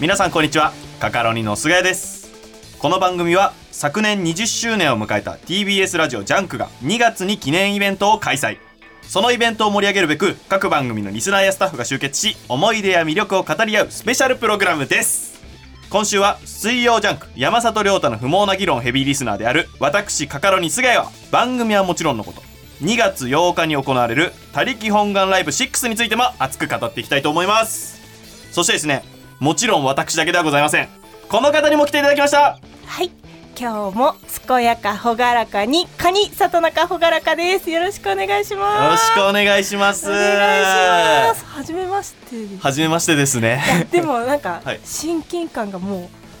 皆さんこんにちはカカロニの菅谷ですこの番組は昨年20周年を迎えた TBS ラジオジャンクが2月に記念イベントを開催そのイベントを盛り上げるべく各番組のリスナーやスタッフが集結し思い出や魅力を語り合うスペシャルプログラムです今週は水曜ジャンク山里亮太の不毛な議論ヘビーリスナーである私カカロニ菅谷は番組はもちろんのこと2月8日に行われる「他力本願ライブ6」についても熱く語っていきたいと思いますそしてですねもちろん私だけではございませんこの方にも来ていただきましたはい、今日も健やかほがらかにカニ里中ほがらかです。よろしくお願いしよろましす。くお願いしますお願いします。はじめましてです。はじめましてですねでもなんか、はい親近感がもう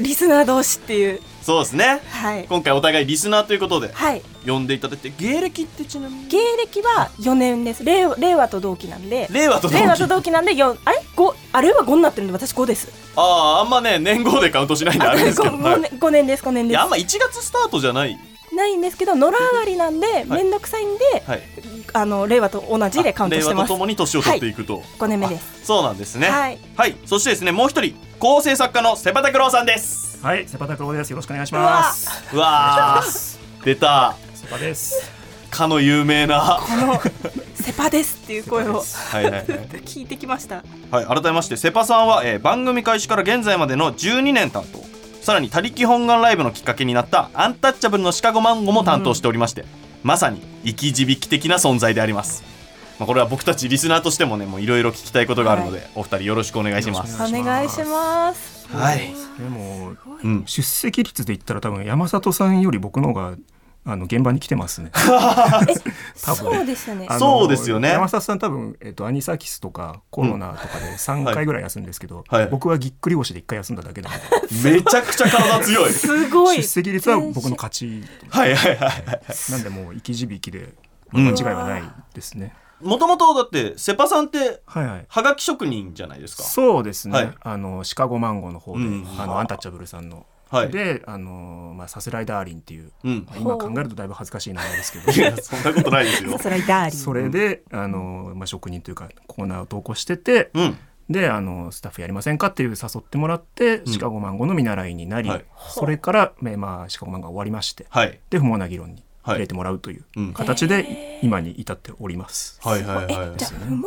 リスナー同士っていうそうですねはい今回お互いリスナーということではい呼んでいただいて芸歴ってちなみに芸歴は4年です令和令和と同期なんで令和と同期令和と同期なんで4あれ5あれは5になってるんで私5ですあああんまね年号でカウントしないんであれですけど、 5, はい、年5年です5年いでやあんます1月スタートじゃないないんですけど野良上がりなんで面倒くさいんで、はいあの令和と同じでカウントして令和まとすともに年を取っていくと、 5年目ですそうなんですねはい、そしてですねもう一人構成作家のセパタクローさんですはい、セパタクロです。よろしくお願いします。うわ ー出たセパです。かの有名なはこの「セパです」っていう声をずいはいはっいと聞いてきましたはい、改めましてセパさんは、えー番組開始から現在までの12年担当さらに「他力本願ライブ」のきっかけになった「アンタッチャブルのシカゴマンゴ」も担当しておりまして、まさに生き字引的な存在であります、まあ、これは僕たちリスナーとしてもねもういろいろ聞きたいことがあるので、お二人よろしくお願いしまおすよろしく願いしますはい、でも、うん、出席率で言ったら、多分山里さんより僕の方が。あの現場に来てますね。え多分ねそうですよねあのそうですよね山里さん多分、えっと、アニサキスとか、コロナとかで三回ぐらい休んですけど。はい僕はぎっくり腰で一回休んだだけなんで。めちゃくちゃ体強いすごい出席率は僕の勝ち。はいはいはいなんでもう生き字引きで、間違いはないですね。もともとだってセパさんってはいはい。はがき職人じゃないですかそうですね、はいあのシカゴマンゴーの方で、うんあのアンタッチャブルさんの、はいであの、まあ、さすらいダーリンっていう、うんまあ今考えるとだいぶ恥ずかしい名前ですけい やどそんなことないですよさすらいダーリンそれであの、まあ、職人というかコーナーを投稿してて、うんであのスタッフやりませんかっていう誘ってもらって、シカゴマンゴーの見習いになり、はいそれから、えまあ、シカゴマンゴーが終わりましてはいで不毛な議論に入れてもらうというはいうん形で今に至っております。はいはいえはいじゃあ不毛な議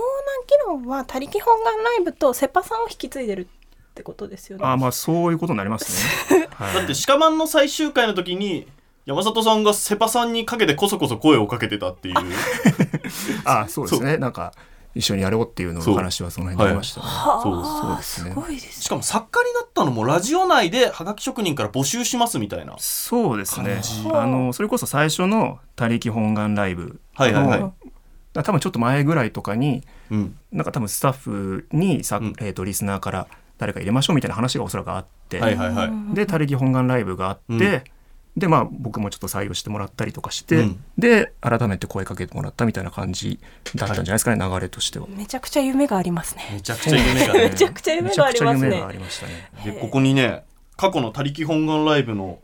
論は「他力本願ライブ」と「セパさん」を引き継いでるってことですよねあまあそういうことになります ね。はいだって鹿マンの最終回の時に山里さんがセパさんにかけてこそこそ声をかけてたっていうあそうですそねなんか一緒にやろうっていうのそうの話はその辺にありましたね、ははあそあうすですねごいですしかも作家になったのもラジオ内でハガキ職人から募集しますみたいなそうですね感じあのそれこそ最初の「他力本願ライブの」はいはいはいだ多分ちょっと前ぐらいとかにうんなんか多分スタッフにさ、うんえー、とリスナーから誰か入れましょうみたいな話がおそらくあって、はいはいはいで「他力本願ライブ」があって、うんでまあ僕もちょっと採用してもらったりとかして、うんで改めて声かけてもらったみたいな感じだったんじゃないですかね、流れとしては。めちゃくちゃ夢がありますねめちゃくちゃ夢がねめちゃくちゃ夢がありますねめちゃくちゃ夢がありましたね。 でここにね過去の「他力本願ライブの」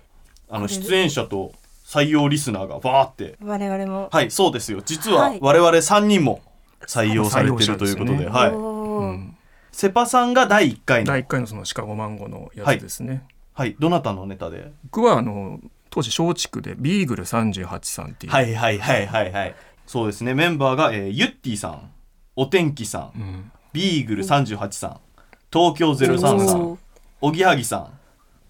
あのこれ出演者と採用リスナーがバーって我々もはいそうですよ実ははい我々3人も採用されてるということで,、採用者ですよねはいおうーんセパさんが第1回の、第1回のそのシカゴマンゴーのやつですね、はい、どなたのネタで僕はあの当時松竹でビーグル38さんっていう、はいはいはいはいはいそうですねメンバーが、えー、ゆってぃさんお天気さうん、んビーグル38さん東京03さんおーおぎはぎさん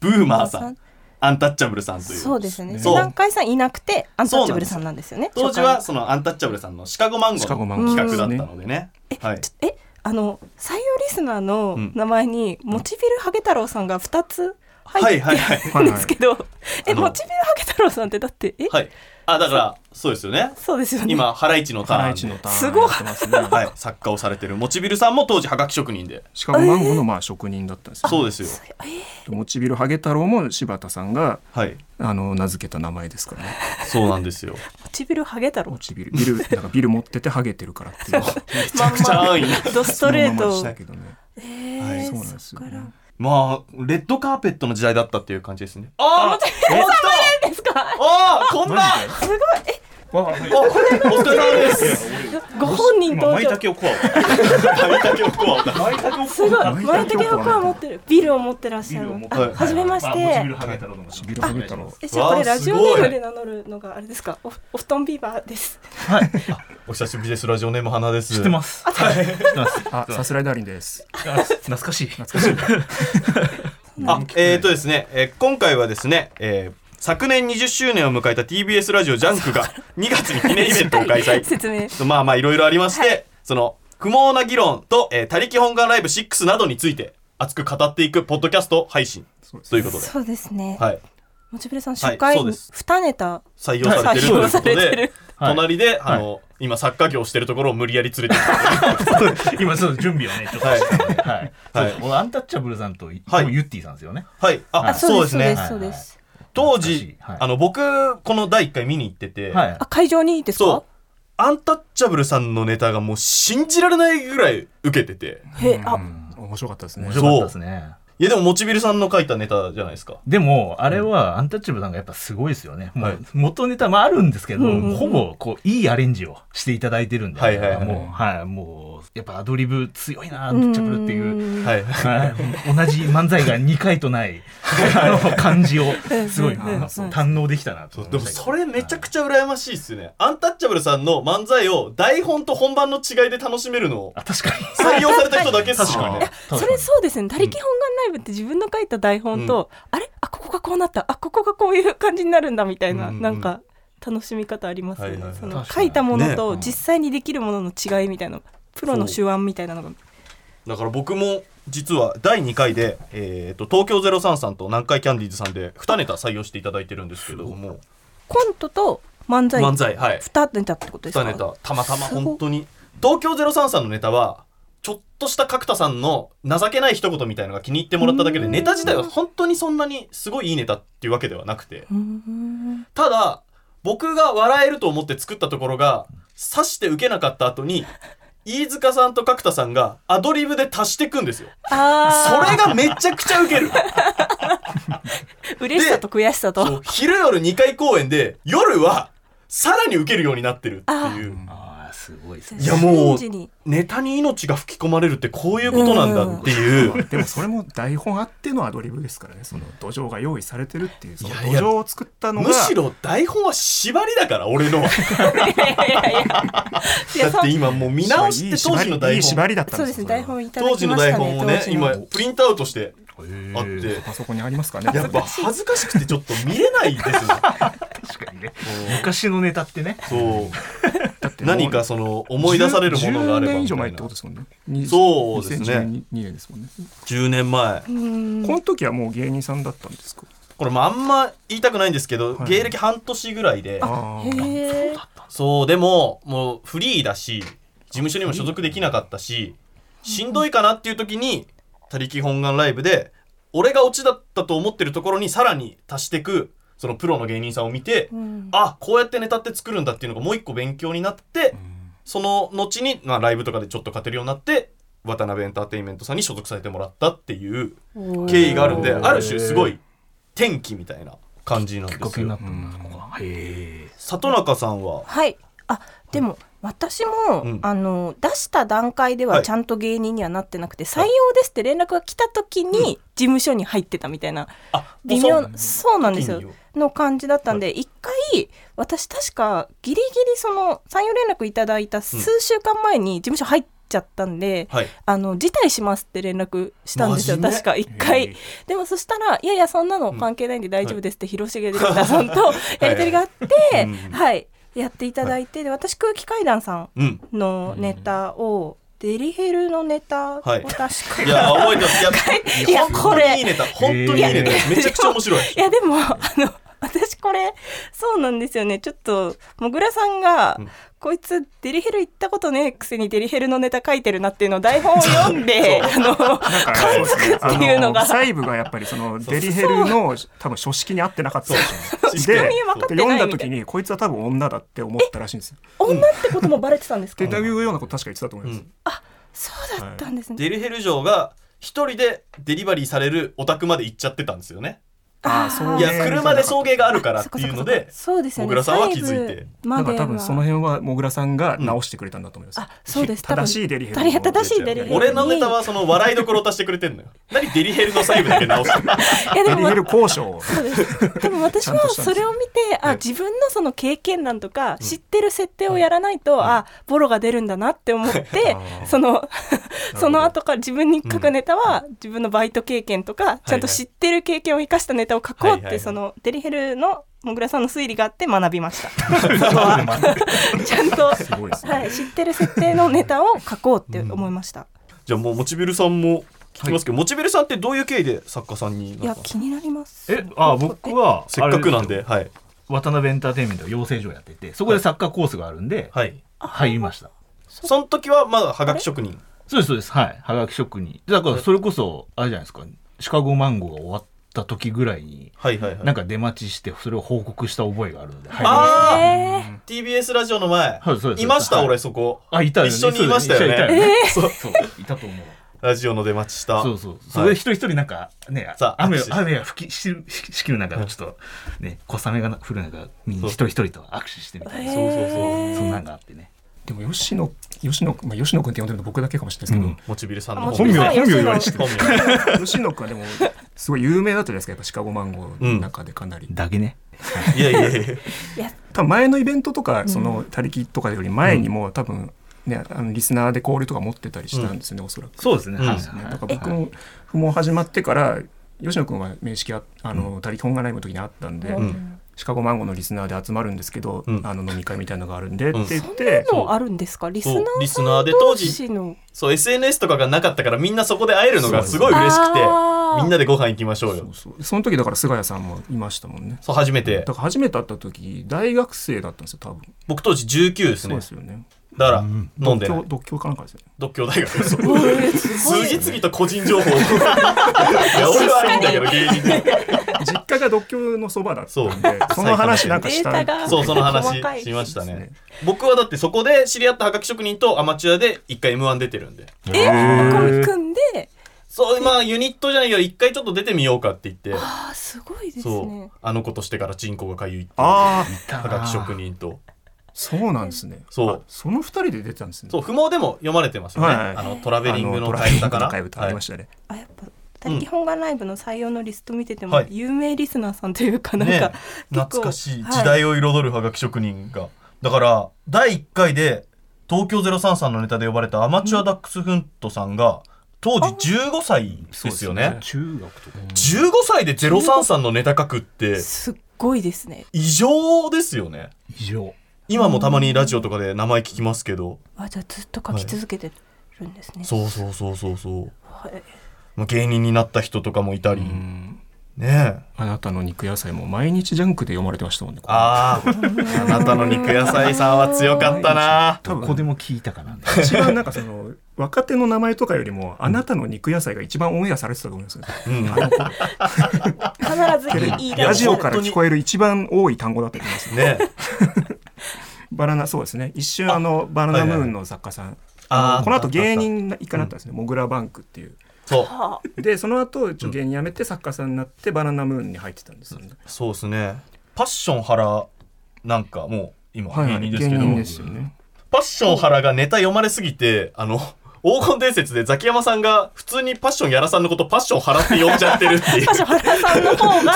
ブーマーさブーマーさんんアンタッチャブルさんというそうですね。ねセダンカイさんいなくてアンタッチャブルさんなんですよね。当時初はそのアンタッチャブルさんのシカゴマンゴシカゴーマのンゴー企画だったのでねはい回えあの採用リスナーのうん名前に、モチビルハゲ太郎さんが二つ入はいっはいはいてるんですけど、 えあのモチビルハゲ太郎さんってだってえ、はいあだからそうですよねそうですよね。今ハライチのタハラーイチンのでターンすごいやってますねはい作家をされてるモチビルさんも当時はがき職人でシカゴマンゴーのまあ職人だったんですよそうですよモチビルハゲ太郎も柴田さんがはいあの名付けた名前ですからねそうなん ですよモチビルハゲ太郎モ。チビルビルなんかビル持っててハゲてるからっていうめちゃくちゃ安易なドストレ ーそのままでトしを。たけどねえはいそうなんですよねそっかまあレッドカーペットの時代だったっていう感じですねああおっとらですか。ああこんなマジですごい。わあおお疲れ様ですえ、ご本人今登舞場茸をコアを。舞茸をコアを。舞茸をすごい舞茸舞茸をこう持ってるビルを持ってらっしゃるビルを持ってるあ初めましあもちてびるハゲ太郎の。ビルハゲ太郎えじゃあこれわあラジオネすごいームで名乗るのがあれですかおお布団ビーバーですはい。お久しぶりです。ラジオネーム花です。知ってます。はい。知ってます。あさすらいダーリンですあ懐かしい。懐かしいあ、えー、とですね、えー今回はですね、えー昨年20周年を迎えた TBS ラジオジャンクが2月に記念イベントを開催。 説明まあまあいろいろありまして、その不毛な議論と、えー、他力本願ライブ6などについて熱く語っていくポッドキャスト配信そうですということで、そうですねはい、もちぶれさんはい初回そうです2ネタ採用されてると採いう用ことされてでる、はい隣で、あの、今作家業をしてるところを無理やり連れてきた。今そう準備をね、ちょっと。はいはい。はいそう俺アンタッチャブルさんと、いつはいもユッティさんですよね。はい、あ、はいあそうですそうですはいそうです当時、はいあの僕この第1回見に行ってて、はいあ。会場にですかそうアンタッチャブルさんのネタがもう信じられないぐらい受けててへあうん面白かったですね面白かったですね。いやでももちびるさんの書いたネタじゃないですかでも、あれは、アンタッチャブルさんがやっぱすごいですよね。もはいう元ネタもあるんですけど、うんうんうんほぼ、こう、いいアレンジをしていただいてるんで、はいはいはいもう、はい、もう、やっぱアドリブ強いな、アンタッチャブルっていう。んはいはい同じ漫才が2回とない あの感じをすごいうんうんうん堪能できたなとそう思いでまもしたけどそれめちゃくちゃ羨ましいっすよねアンタッチャブルさんの漫才を台本と本番の違いで楽しめるのをあ確かに採用された人だけっすよ確かにねそれそうですね「他力本願ライブ」って自分の書いた台本と、あれあここがこうなったあここがこういう感じになるんだみたいな、うんうんなんか楽しみ方ありますよね、はいはいはいそ確のか書にいたものとね実際にできるものの違いみたいなプロの手腕みたいなのがだから僕も実は第2回で、えー、と東京03さんと南海キャンディーズさんで2ネタ採用していただいてるんですけどもコントと漫才漫才はい2ネタってことですか2ネタたまたますご本当に東京03さんのネタはちょっとした角田さんの情けない一言みたいのが気に入ってもらっただけでうんネタ自体は本当にそんなにすごいいいネタっていうわけではなくてうーんただ僕が笑えると思って作ったところが刺して受けなかった後に飯塚さんと角田さんがアドリブで足していくんですよそあれがめちゃくちゃ受けるー嬉しさと悔しさそとう昼夜2回公演で夜はさらに受けるようになってるっていうあーすごいですねいやもう瞬時にネタに命が吹き込まれるってこういうことなんだっていう、でもそれも台本あってのアドリブですからねその土壌が用意されてるっていうそのい土やいや壌を作ったのがむしろ台本は縛りだから俺のはいやいやいやいやいやだっそてう今もう見直しいっいて当時のい台い縛本りだったんそうですでよすね台本いただ当き時のまし台たね本をね当時の今プリントアウトしてあってあそこにありますかねやっぱ恥ずかしくてちょっと見れないですね確かにね昔のネタってねそうだってもう何かその思い出されるものがあれば10年以み上た前いってなことですもんねにそうですね2012年ですもんね10年前うーんこの時はもう芸人さんだったんですかこれもあんま言いたくないんですけど、はい芸歴半年ぐらいであーへえそうでももうフリーだし事務所にも所属できなかったししんどいかなっていう時に「他力本願ライブ」で俺がオチだったと思ってるところにさらに足してくそのプロの芸人さんを見て、うんあこうやってネタって作るんだっていうのがもう一個勉強になって、その後に、まあ、ライブとかでちょっと勝てるようになって渡辺エンターテインメントさんに所属されてもらったっていう経緯があるんでおーある種すごい転機みたいな感じなんですよ。たんだここはへえ里中さんははい。あ、でも私も、うんあの出した段階でははいちゃんと芸人にはなってなくて、採用ですって連絡が来た時に事務所に入ってたみたいなあ微妙なそうなんですよ時によの感じだったんで一、回私確かギリギリその採用連絡いただいた数週間前に事務所入っちゃったんで、はいあの辞退しますって連絡したんですよマジで確か一回、へでもそしたら「いやいやそんなの関係ないんで大丈夫です」って広重ディレクターさん とやり取りがあってははいい、やっていただいてで私空気階段さうんんのネタを、デリヘルのネタをはい確か、い、い やや覚えてますいや いや本当これにいいネタ本当にいいネタへめちゃくちゃ面白いでもあの私これそうなんですよねちょっともぐらさんが、うんこいつデリヘル行ったことねえくせにデリヘルのネタ書いてるなっていうのを台本を読ん であのなんか感づくっていうのがあ細部がやっぱりそのデリヘルの多分書式に合ってなかったんですよそでう分かって読ないんみたいだな時にこいつは多分女だって思ったらしいんですよ女ってこともバレてたんですかで疑うようなこと確か言ってたと思います、うんそうだったんですね、デリヘル嬢が一人でデリバリーされるお宅まで行っちゃってたんですよねああそういねや車で送迎があるからっそてこいそうこのそこでそうですよ小ね倉さんは気づいて細部だかまでら多分その辺はもぐらさんが直してくれたんだと思います。あそうです多分正しいデリヘルを。正しいデリヘルデい俺のネタはその笑いどころとしてくれてんのよ何デリヘルの細部だけ直すのいやでリヘルも交渉を。そうですでも私ちゃんはとしたんですそれを見てあええ自分のその経験談とか知ってる設定をやらないと、あボロが出るんだなって思ってあーその その後から自分に書くネタは、自分のバイト経験とかちゃんと知ってる経験を生かしたネタを書こうって、はいはいそのデリヘルのもぐらさんの推理があって学びました ちゃんと、すごいですねはい、知ってる設定のネタを書こうって思いました、 じゃあもうモチベルさんも聞きますけど、モチベルさんってどういう経緯で作家さんにいなやったの気になりますえあ僕はせっかくなんあれですよはい渡辺エンターテインメントの養成所をやっててそこでサッカーコースがあるんではい入りましたその時はまだはがき職人そうですそうですはいはがき職人だからそれこそあれじゃないですかシカゴマンゴーが終わった時ぐらいにはいはいはいなんか出待ちしてそれを報告した覚えがあるので入りましたあーえー TBS ラジオの前、はいそうですいました、はい俺そこあいたよね一緒にいましたよそうだね一緒そにいたよねうそういた と思うラジオの出待ちしたそうそうそれで一人一人なんかねさあ雨握手雨が吹きしししきる中ちょっとね小雨が降る中みんな一人一人と握手してみたいなへーそうそうそうそんなんがあってねでも吉野吉野まあ吉野君って呼んでるの僕だけかもしれないですモチビルさんあのモチベルさん本名本名言われ吉野本名け ど、吉野君はでもすごい有名だったじゃないですか。やっぱシカゴマンゴーの中でかなり。だけねいやいやいやいや多分前のイベントとかその他力とかより前にも多分ねあのリスナーで交流とか持ってたりしたんですよね、おそらく。そうですねうんはいですね。だからはい僕も不毛始まってから吉野君は面識ああの他力本願ライブの時にあったんで、んシカゴマンゴーのリスナーで集まるんですけど、うんあの飲み会みたいなのがあるんでっうんて言って、そういうのあるんですかリスナーそうリスさんナーで当同時士のそう SNS とかがなかったからみんなそこで会えるのがすごい嬉しくてあーみんなでご飯行きましょうよそうそうその時だから菅谷さんもいましたもんね。そう初めてだから初めて会った時大学生だったんですよ多分。僕当時19ですそうねですよね。だから飲んでな独い協独協かなんかですよね。独協大学 ですうわえすごい次々と個人情報をいや俺はいいんだけど芸人で実家が独協のそばだったんそうで、その話なんかデーしたタんがそうその話細かいしましたねそうですね僕はだってそこで知り合ったはがき職人とアマチュアで一回 m 1出てるんでえコンビ組んでそうまあユニットじゃないけど一回ちょっと出てみようかって言ってあーすごいですそうねあの子としてから人口がかゆいっていうはああ、がき職人とそうなんですね。そうその二人で出てたんですね。そう不毛でも読まれてますよね、はいあのトラベリングあのトラ替えベリング歌のか替なえ歌ありましたね。あやっぱ他力本願ライブの採用のリスト見ててはもい有名リスナーさんというかなんねか懐かしいはい時代を彩るはがき職人が、だから第1回で東京03さんのネタで呼ばれたアマチュアダックスフントさんが当時15歳ですよね中学とか15歳で03さんのネタ書くってすっごいですね異常ですよね以上今もたまにラジオとかで名前聞きますけどあじゃあずっと書き続けてるんですねそうそうそうそうそうはいまあ芸人になった人とかもいたりうんねえあなたの肉野菜も毎日ジャンクで読まれてましたもんね。これああ、あなたの肉野菜さんは強かったな。多ど分こでも聞いたかな一番なんかその若手の名前とかよりもあなたの肉野菜が一番オンエアされてたと思いますよ、うん、あの必ずテレ言ビいや出ラジしオてから聞こえる一番多い単語だったと思いますね。バナナそうですね一瞬あのバナナムーンの作家さんあーこの後芸人一回なったんですね、モグラバンクっていうそう、はでその後ちょっと芸人辞めて作家さんになってバナナムーンに入ってたんですよね、そうですね。パッション原なんかもう今はい芸人ですけど、芸人ですよねパッション原がネタ読まれすぎて、あの。黄金伝説でザキヤマさんが普通にパッションやらさんのことパッション原って呼んじゃってるって いうあ原さんの 方が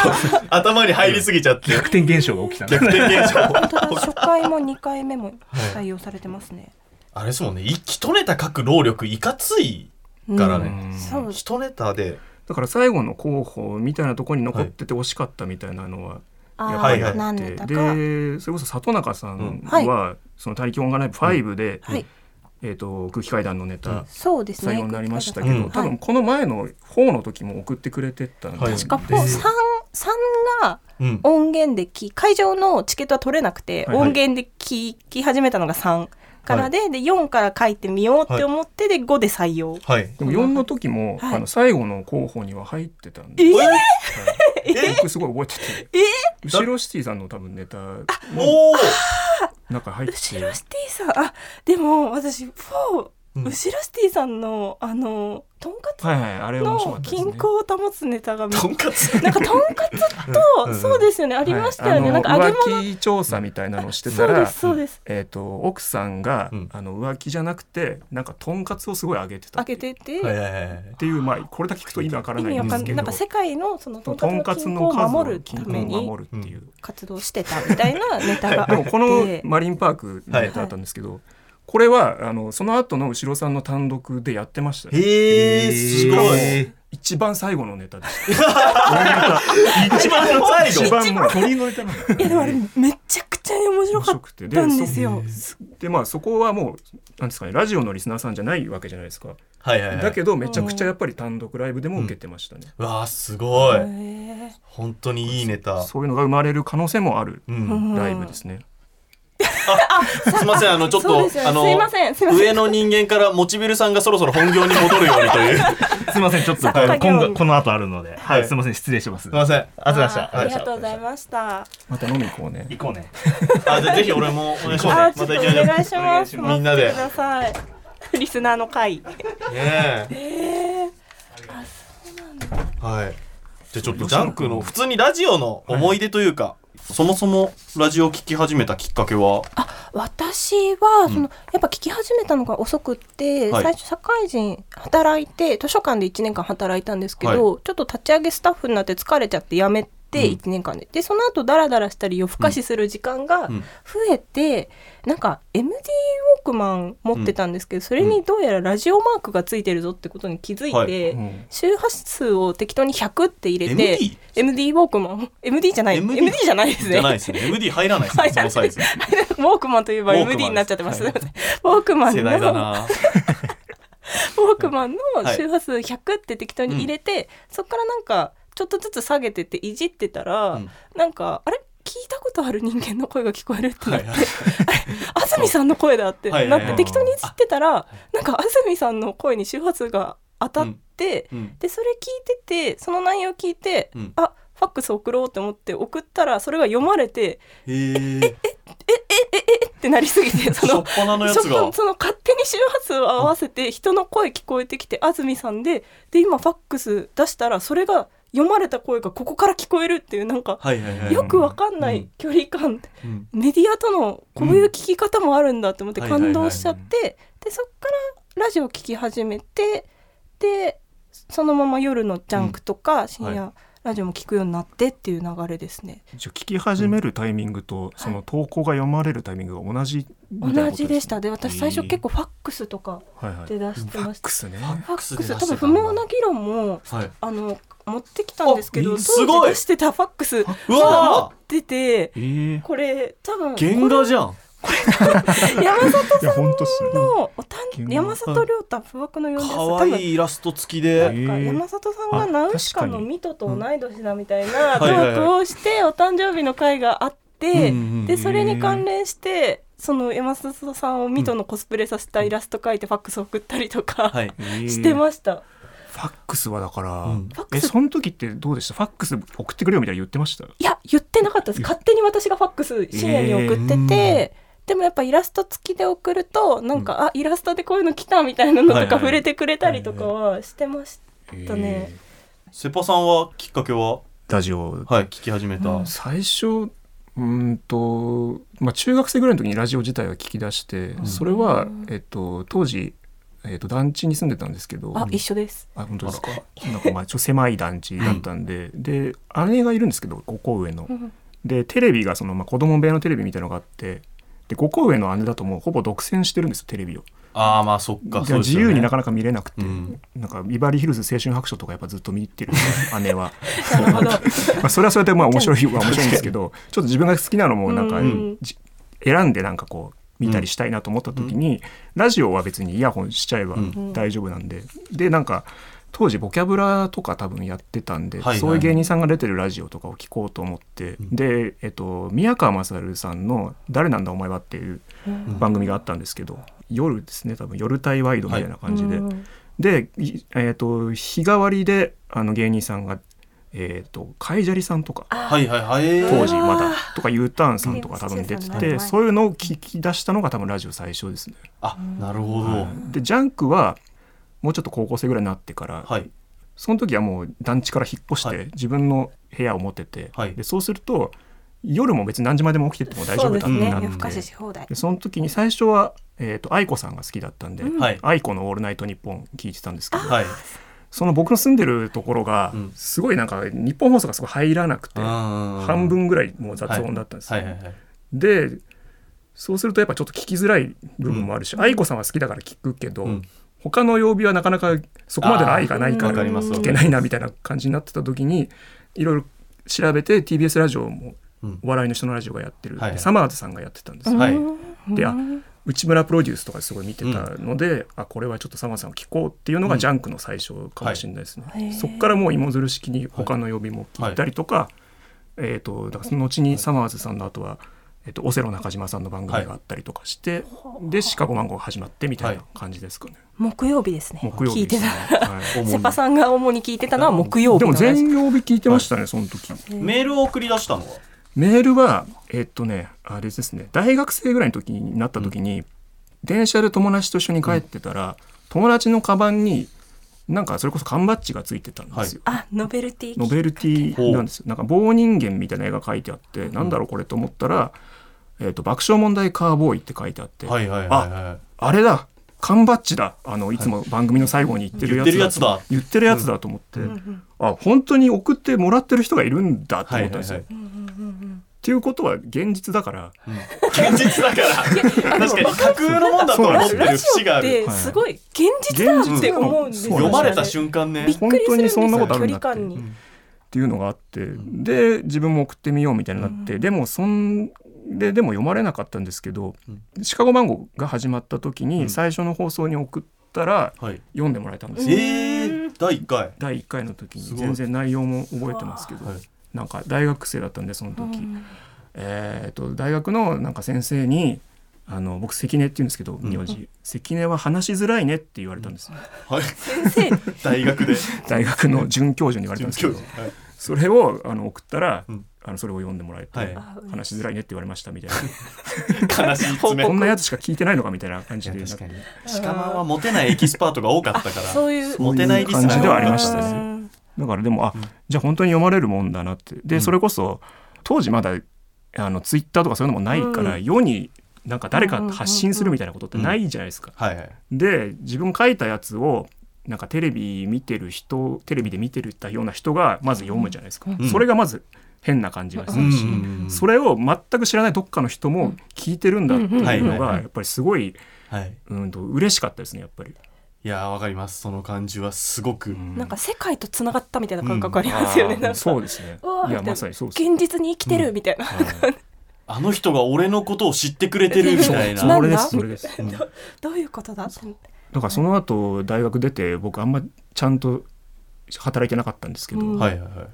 頭に入りすぎちゃって逆転現象が起きた逆転現象本当だ初回も2回目も採用されてますねあれですもんね一一ネタ書く労力いかついからうねんそう一ネタでだから最後の候補みたいなところに残ってて惜しかったみたいなのはあやーっぱりあって、なんでだかでそれこそ里中さんは、うんその「他力音楽ライブ5で」はいえー、と空気階段のネうんタそうですね採用になりましたけうど、ん多分この前の4の時も送ってくれてたんで、はい確かもう三三がうん音源で聞会場のチケットは取れなくて、はいはい音源で聞き始めたのが3からで,、で4から書いてみようって思って、で5で採用 はいでも4の時も、はいあの最後の候補には入ってたんで、えーはいえ僕すごい覚えてて、後ろシティさんの多分ネタのおお中入って後ろシティさんあでも私4うんウシラシティさんのあのとんかつはいはいあれ面白かっのたですね均衡を保つネタがめとんかつなんかとんかつうんうとんそうですよねありましたよね、はいなんか揚げあの物浮気調査みたいなのをしてそたうでらすそうですえー、と奥さんが、うんあの浮気じゃなくてなんかとんかつをすごい揚げてた揚っていげうてて、はいはいはいっていう、まあ、これだけ聞くと意味わから意ない味んでわかすんなけどいなんか世界のそのととんんかかつつのの均衡を数を守るた均衡めにを守るっていう、活動してたみたいなネタがであっもてこのマリンパークのネタだったんですけど、これはあのその後の後ろさんの単独でやってましたねへえすしかもごい一番最後のネタでし一番の最た一後番もう鳥のネタなのいやでもあれめちゃくちゃ面面白か白っくてたんでそすよ。でまあそこはもうなんですかねラジオのリスナーさんじゃないわけじゃないですか、はいはいはいだけどめちゃくちゃやっぱり単独ライブでも受けてましたね、わあすごいへえ本当にいいネタそういうのが生まれる可能性もあるうんライブですね、すいませんあのちょっそうとですよねあのすいませんすいません上の人間からモチビルさんがそろそろ本業に戻るようにという すすいません、ちょっと、作家業務今後、この後あるので、ははいい、すいません、失礼します。いませんありがとうございました。あありがとうございました。また飲み行こうね行こうね。あじゃあぜひ俺もお願いしあまーすちまょっとたお 行きましょう願いします。みんなで待ってください。 リスナーの会。ねえええはいじゃあちょっとジャンクの普通にラジオの思い出というか、そもそもラジオ聞き始めたきっかけは私はその、やっぱ聞き始めたのが遅くって、はい最初社会人働いて図書館で1年間働いたんですけど、ちょっと立ち上げスタッフになって疲れちゃって辞めうんて1年間で、でその後ダラダラしたり夜更かしする時間がうん増えて、なんか MD ウォークマン持ってたんですけど、それにどうやらラジオマークがついてるぞってことに気づいて、はうん周波数を適当に100って入れて MD? MD ウォークマン MD じゃない MD MD, じゃないですねじゃないですね MD 入らない ですねそのサイズウォークマンといえばウォークマンです MD になっちゃってます。すいません ウォークマンの世代だな ウォークマンのはい周波数100って適当に入れて、そこからなんかちょっとずつ下げてっていじってたら、うんなんかあれ聞いたことある人間の声が聞こえるってなはいって、はい安住さんの声だってなっはて、いはいはい適当にいじってたらなんか安住さんの声に周波数が当たって、うんでそれ聞いててその内容聞いて、うんあファックス送ろうと思って送ったらそれが読まれてへえってなりすぎてそ初っの端のやつちょっがとその勝手に周波数を合わせて人の声聞こえてきて安住さんでで今ファックス出したらそれが読まれた声がここから聞こえるっていうなんかはいはいはいよくわかんなういん距離感、うんメディアとのこういう聞き方もあるんだって思ってうんはいはいは感い動しちゃってでそっからラジオ聞き始めてでそのまま夜のジャンクとか深夜ラジオも聞くようになってっていう流れですね。じゃあ聞き始めるタイミングと、その投稿が読まれるタイミングが同じみいな同ことじでしたで私最へ初ー結構ファックスとかはいはいで出してファまッしたク。スねファックファッスクス多で出して分た不んだ毛な議論もはいあの持ってきたんですけあどえすご当い時出してたファックスうわ持っててえー、いこれ多分ー原画じゃん山里や本当っすねのおた原ん画山里亮太不惑の4です可多分愛いイラスト付きなでんかへー山里さんがナウシカのミトと同い年だみたいなあト確かにークをしてお誕生日の会があってうんうんうんでそれに関連してその山里さんをミトのコスプレさせたイラスト描いてファックス送ったりとかはいしてすました。ファックスはだから、うんファックえスその時ってどうでしたファックス送ってくれよみたいな言ってましたいや言ってなかったです勝手に私がファックス深夜に送ってて、でもやっぱイラスト付きで送るとなんか、あイラストでこういうの来たみたいなのはいとはいか触れてくれたりとかはしてましたね、えセパさんはきっかけはーラジオはい聞き始めた、うん最初うーんと、まあ、中学生ぐらいの時にラジオ自体は聞き出して、んそれはうん、えっと、当時、えっと、団地に住んでたんですけどあ一緒ですあ本当ですかなんかまあちょっと狭い団地だったんで、で姉がいるんですけど5個上のう。んでテレビがその、まあ、子供部屋のテレビみたいなのがあってで5個上の姉だともうほぼ独占してるんですよテレビを。ああまあそっかじゃあ自由になかななか見れなくて、うんなんかビバリーヒルズ青春白書とかやっぱずっと見てる姉は。なるほど まあそれはそれでまあ面白いは面白いんですけどちょっと自分が好きなのもなんか、うんじ選んでなんかこう見たりしたいなと思った時に、ラジオは別にイヤホンしちゃえばうん大丈夫なんで、でなんか当時ボキャブラとか多分やってたんで、はいはいそういう芸人さんが出てるラジオとかを聞こうと思って、んで、えっと、宮川勝さんの「誰なんだお前は」っていう番組があったんですけど、夜ですね多分夜帯ワイド みたいな感じで、うんで、いえー、と日替わりであの芸人さんが、えー、とカイジャリさんとかはいはいはいえ当時ー。まうわだとか U ターンさんとか多分出てはいてそういうのを聞き出したのが多分ラジオ最初ですね。あなるほど。でジャンクはもうちょっと高校生ぐらいになってから、はいその時はもう団地から引っ越して、はい自分の部屋を持ってて、はいでそうすると夜も別に何時までも起きてても大丈そう夫でだすってねなっうんて夜更かしし放題でその時に最初は、えー、と愛子さんが好きだったんで、うんはい愛子の「オールナイトニッポン」聞いてたんですけどはい。その僕の住んでるところがうんすごいなんか日本放送がすごい入らなくて、半半分ぐらいもう雑音だったんですよ、はいはいはい。でそうするとやっぱちょっと聞きづらい部分もあるし、愛子さんは好きだから聞くけど、うん他の曜日はなかなかそこまでの愛がないかわからります。聞けないなみたいな感じになってた時にいろいろ調べて TBS ラジオもうんお笑いの人のラジオがやってる、はいはでいサマーズさんがやってたんですよ、はいいであ内村プロデュースとかすごい見てたので、あこれはちょっとサマーズさんを聞こうっていうのうがんジャンクの最初かもしれないですね、はいへーそこからもう芋づる式に他の曜日も聞いたりとか、えー、とだからその後にサマーズさんの後は、えー、とオセロ中島さんの番組があったりとかして、でシカゴマンゴーが始まってみたいな感じですかね、木曜日ですね木曜聞日いでてすたね、 はい主にセパさんが主に聞いてたのは木曜日でのもラジオ全曜日聞いてましたね、その時メールを送り出したのは。メールはえっとねあれですね大学生ぐらいの時になった時に、電車で友達と一緒に帰ってたら、友達のカバンになんかそれこそ缶バッジがついてたんですよ、あノベルティノベルティなんですよなんか棒人間みたいな絵が描いてあって、なんだろうこれと思ったら、えっと爆笑問題カーボーイって書いてあって、はいはいはいはあれだ缶バッジだあのいつも番組の最後に言ってるやつだ、言言ってるやつだってるやつだと思って、うんあ本当に送ってもらってる人がいるんだと思ったんですよ。はいうんうんうんっていうことは現実だからい。現実だから。確かに架空のもんだとそう思なっんてですよる節があうんる。で、すごい現実だって思うんですよ、現実ね、読なまんれでた瞬間ねびっ。くりするんですよ本当にそんなことある距んだ離って感に、っていうのがあって、で自分も送ってみようみたいになって、でもそんででも読まれなかったんですけど「シカゴマンゴー」が始まった時うんに最初の放送に送ったらはい。読んでもらえたんですえよ、ー、第一回。第1回の時にすごい全然内容も覚えてますけど、はいなんか大学生だったんでその時、うんえー、と大学のなんか先生にあの僕関根って言うんですけどん名字、関根は話しづらいねって言われたんです、はい。先生大学で。大学の准教授に言われたん 準ですけど教授。はいそれをあの送ったら、うんあのそれを読んでもらえて、はい話しづらいねって言われましたみたい な悲しい爪。こんなやつしか聞いてないのかみたいな感じで確かに。鹿マンはモテないエキスパートが多かったから。そういうモテないリスナー感じではありましたねうんだからでもあ、じゃあ本当に読まれるもんだなってで、うんそれこそ当時まだあのツイッターとかそういうのもないから、世になんか誰か発信するみたいなことってないじゃないですか。はいはい。で自分書いたやつをなんかテレビ見てる人テレビで見てるような人がまず読むじゃないですか、んそれがまず変な感じがするし、うんそれを全く知らないどっかの人も聞いてるんだっていううのんはいがやっぱりすごいはい。うんと嬉しかったですねやっぱり。いやーわかります。その感じはすごく。なんか世界とつながったみたいな感覚ありますよね、なんかそうですねうわーいやみたいなまさにそうです現実に生きてるみたいな、あの人が俺のことを知ってくれてるみたいそうそなう。それでなんだすそれですうんどういうことだってだからその後大学出て僕あんまちゃんと働いてなかったんですけど、うんはいはいはい。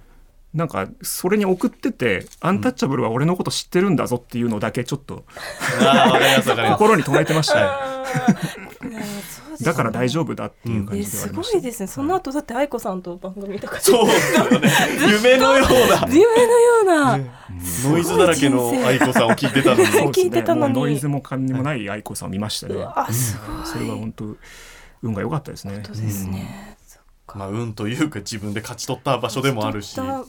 なんかそれに送っててアンタッチャブルは俺のこと知ってるんだぞっていうのだけちょっとああ、わかりますわかります。心に留めてましたねあーねえそうですねだから大丈夫だっていう感えじではあすりまごしたいですねその後だって愛子さんと番組とかそうですよね。夢のような。夢のような、ノイズだらけの愛子さんを聞いてたのに。 そう聞いてたのにもうノイズも感じもない愛子さんを見ましたね、あすごいそれは本当運が良かったですねことですね、そっかまあ、運というか自分で勝ち取った場所でもあるし。ちょっ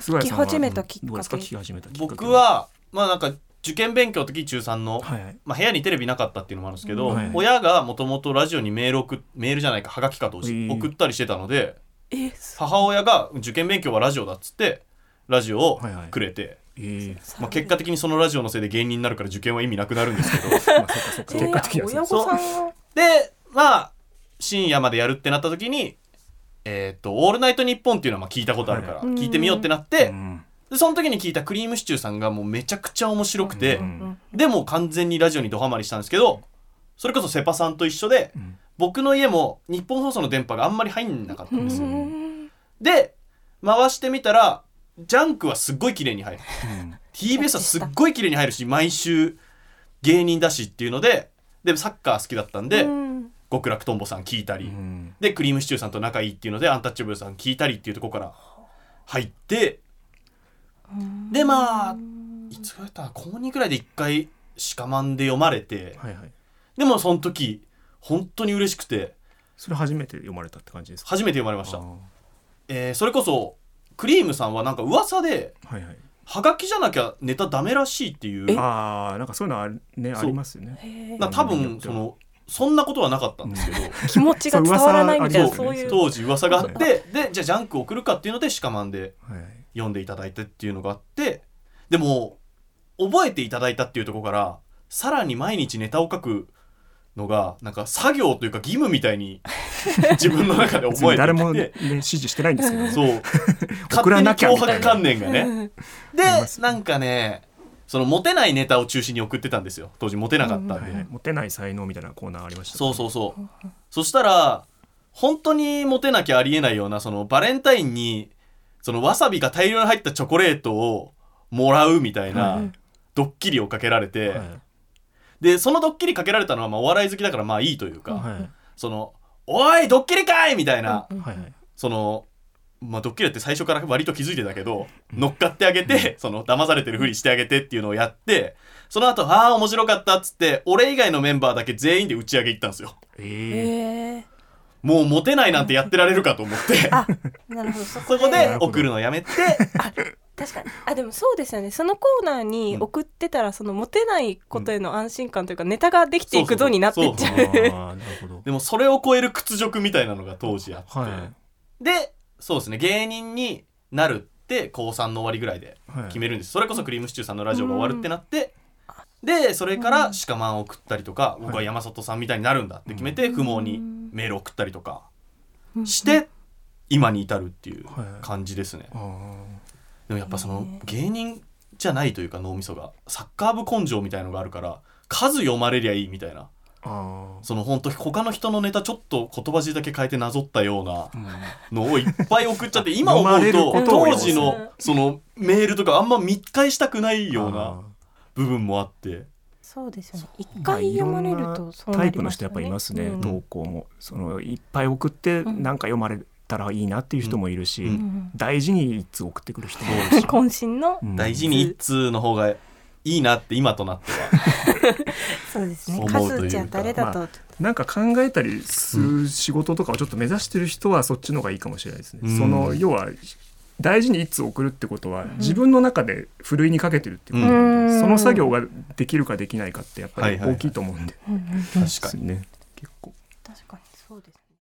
菅谷さんは聞き始めたきっかけどうです聞き始めたきっかけ僕は、まあなんか、受験勉強の時中3の、はいはいまあ、部屋にテレビなかったっていうのもあるんですけど、はい親がもともとラジオにメール送っメールじゃないかはがきか当時えー送ったりしてたのでとえす母親が受験勉強はラジオだっつってラジオをくれて、え ーまあ、結果的にそのラジオのせいで芸人になるから受験は意味なくなるんですけどまあ、そっかそっか え結果的にはそう親御さんはでまあ深夜までやるってなった時に「えー、とオールナイトニッポン」っていうのはまあ聞いたことあるからはい聞いてみようってなって、うんでその時に聞いたクリームシチューさんがもうめちゃくちゃ面白くて、ううんんでもう完全にラジオにドハマりしたんですけどそれこそセパさんと一緒で、ん僕の家も日本放送の電波があんまり入んなかったんですよ。うんで回してみたらジャンクはすっごい綺麗に入る TBS はすっごい綺麗に入るし毎週芸人だしっていうのででサッカー好きだったんで、うんご極楽とんぼさん聞いたり、うんでクリームシチューさんと仲いいっていうのでアンタッチャブルさん聞いたりっていうところから入ってでまあいつぐらいだったかな高2ぐらいで一回鹿マンで読まれてはいはいでもその時本当に嬉しくてそれ初めて読まれたって感じですか初めて読まれましたあ、えーそれこそクリームさんはなんか噂でーはいはいハガキじゃなきゃネタダメらしいっていうああなんかそういうのはあるねそうありますよねへーな多分そのそんなことはなかったんですけど、気持ちが伝わらないみたいなそ そうういう当時噂があってでじゃあジャンク送るかっていうので鹿マンではいはい読んでいただいてっていうのがあってでも覚えていただいたっていうところからさらに毎日ネタを書くのがなんか作業というか義務みたいに自分の中で 別覚にえて誰もき ねて指示してないんですけどそう 送らな勝き手ゃみたいに脅迫な観念がね うんでありますなんかねそのモテないネタを中心に送ってたんですよ当時モテなかったんはいで、はいモテない才能みたいなコーナーありましたそうそううそうそしたら本当にモテなきゃありえないようなそのバレンタインにそのわさびが大量に入ったチョコレートをもらうみたいなはいドッキリをかけられて、はいでそのドッキリかけられたのはまあお笑い好きだからまあいいというか、はいその「おいドッキリかい!」みたいな、はいはいその。まあ、ドッキリだって最初から割と気づいてたけど乗っかってあげて、その騙されてるふりしてあげてっていうのをやってその後ああ面白かった」っつって俺以外のメンバーだけ全員で打ち上げ行ったんですよ。ええへえもうモテないなんてやってられるかと思 ってあなるほどそそこなでるほど送るのやめて確かにあでもそうですよねそのコーナーに送ってたら、そのモテないことへの安心感というか、ネタができていくぞになっていっちゃうそうそうそうああなるほどでもそれを超える屈辱みたいなのが当時あって、はでそうですね芸人になるって高3の終わりぐらいでいはい決めるんですそれこそクリームシチューさんのラジオが終わるってなってでそれから鹿マンを送ったりとか僕は山里さんみたいになるんだって決めて不毛にメール送ったりとかして今に至るっていう感じですねあーでもやっぱその芸人じゃないというか脳みそがサッカー部根性みたいのがあるから数読まれりゃいいみたいなあその本当他の人のネタちょっと言葉尻だけ変えてなぞったようなー、うんのをいっぱい送っちゃって今思 読まれうるとことを当時のそのメールとかあんま見返したくないようなあ部分もあってそうですよね一ー回読まれるとそうタなりますよねイプの人やっぱいますね、うん投稿もそのいっぱい送ってなんか読まれたらいいなっていう人もいるし、うんうん大事に一通送ってくる人もいるし、渾身のうん大事に一通の方がいいなって今となってはそうですね思うというか数じゃ誰だと、なんか考えたりする仕事とかをちょっと目指してる人はそっちの方がいいかもしれないですね。うんその要は大事に一通送るってことは自分の中でふるいにかけてるっていうことなんで、うんその作業ができるかできないかってやっぱりはいはいはい大きいと思うんでうんうんうん確かにね結構確かに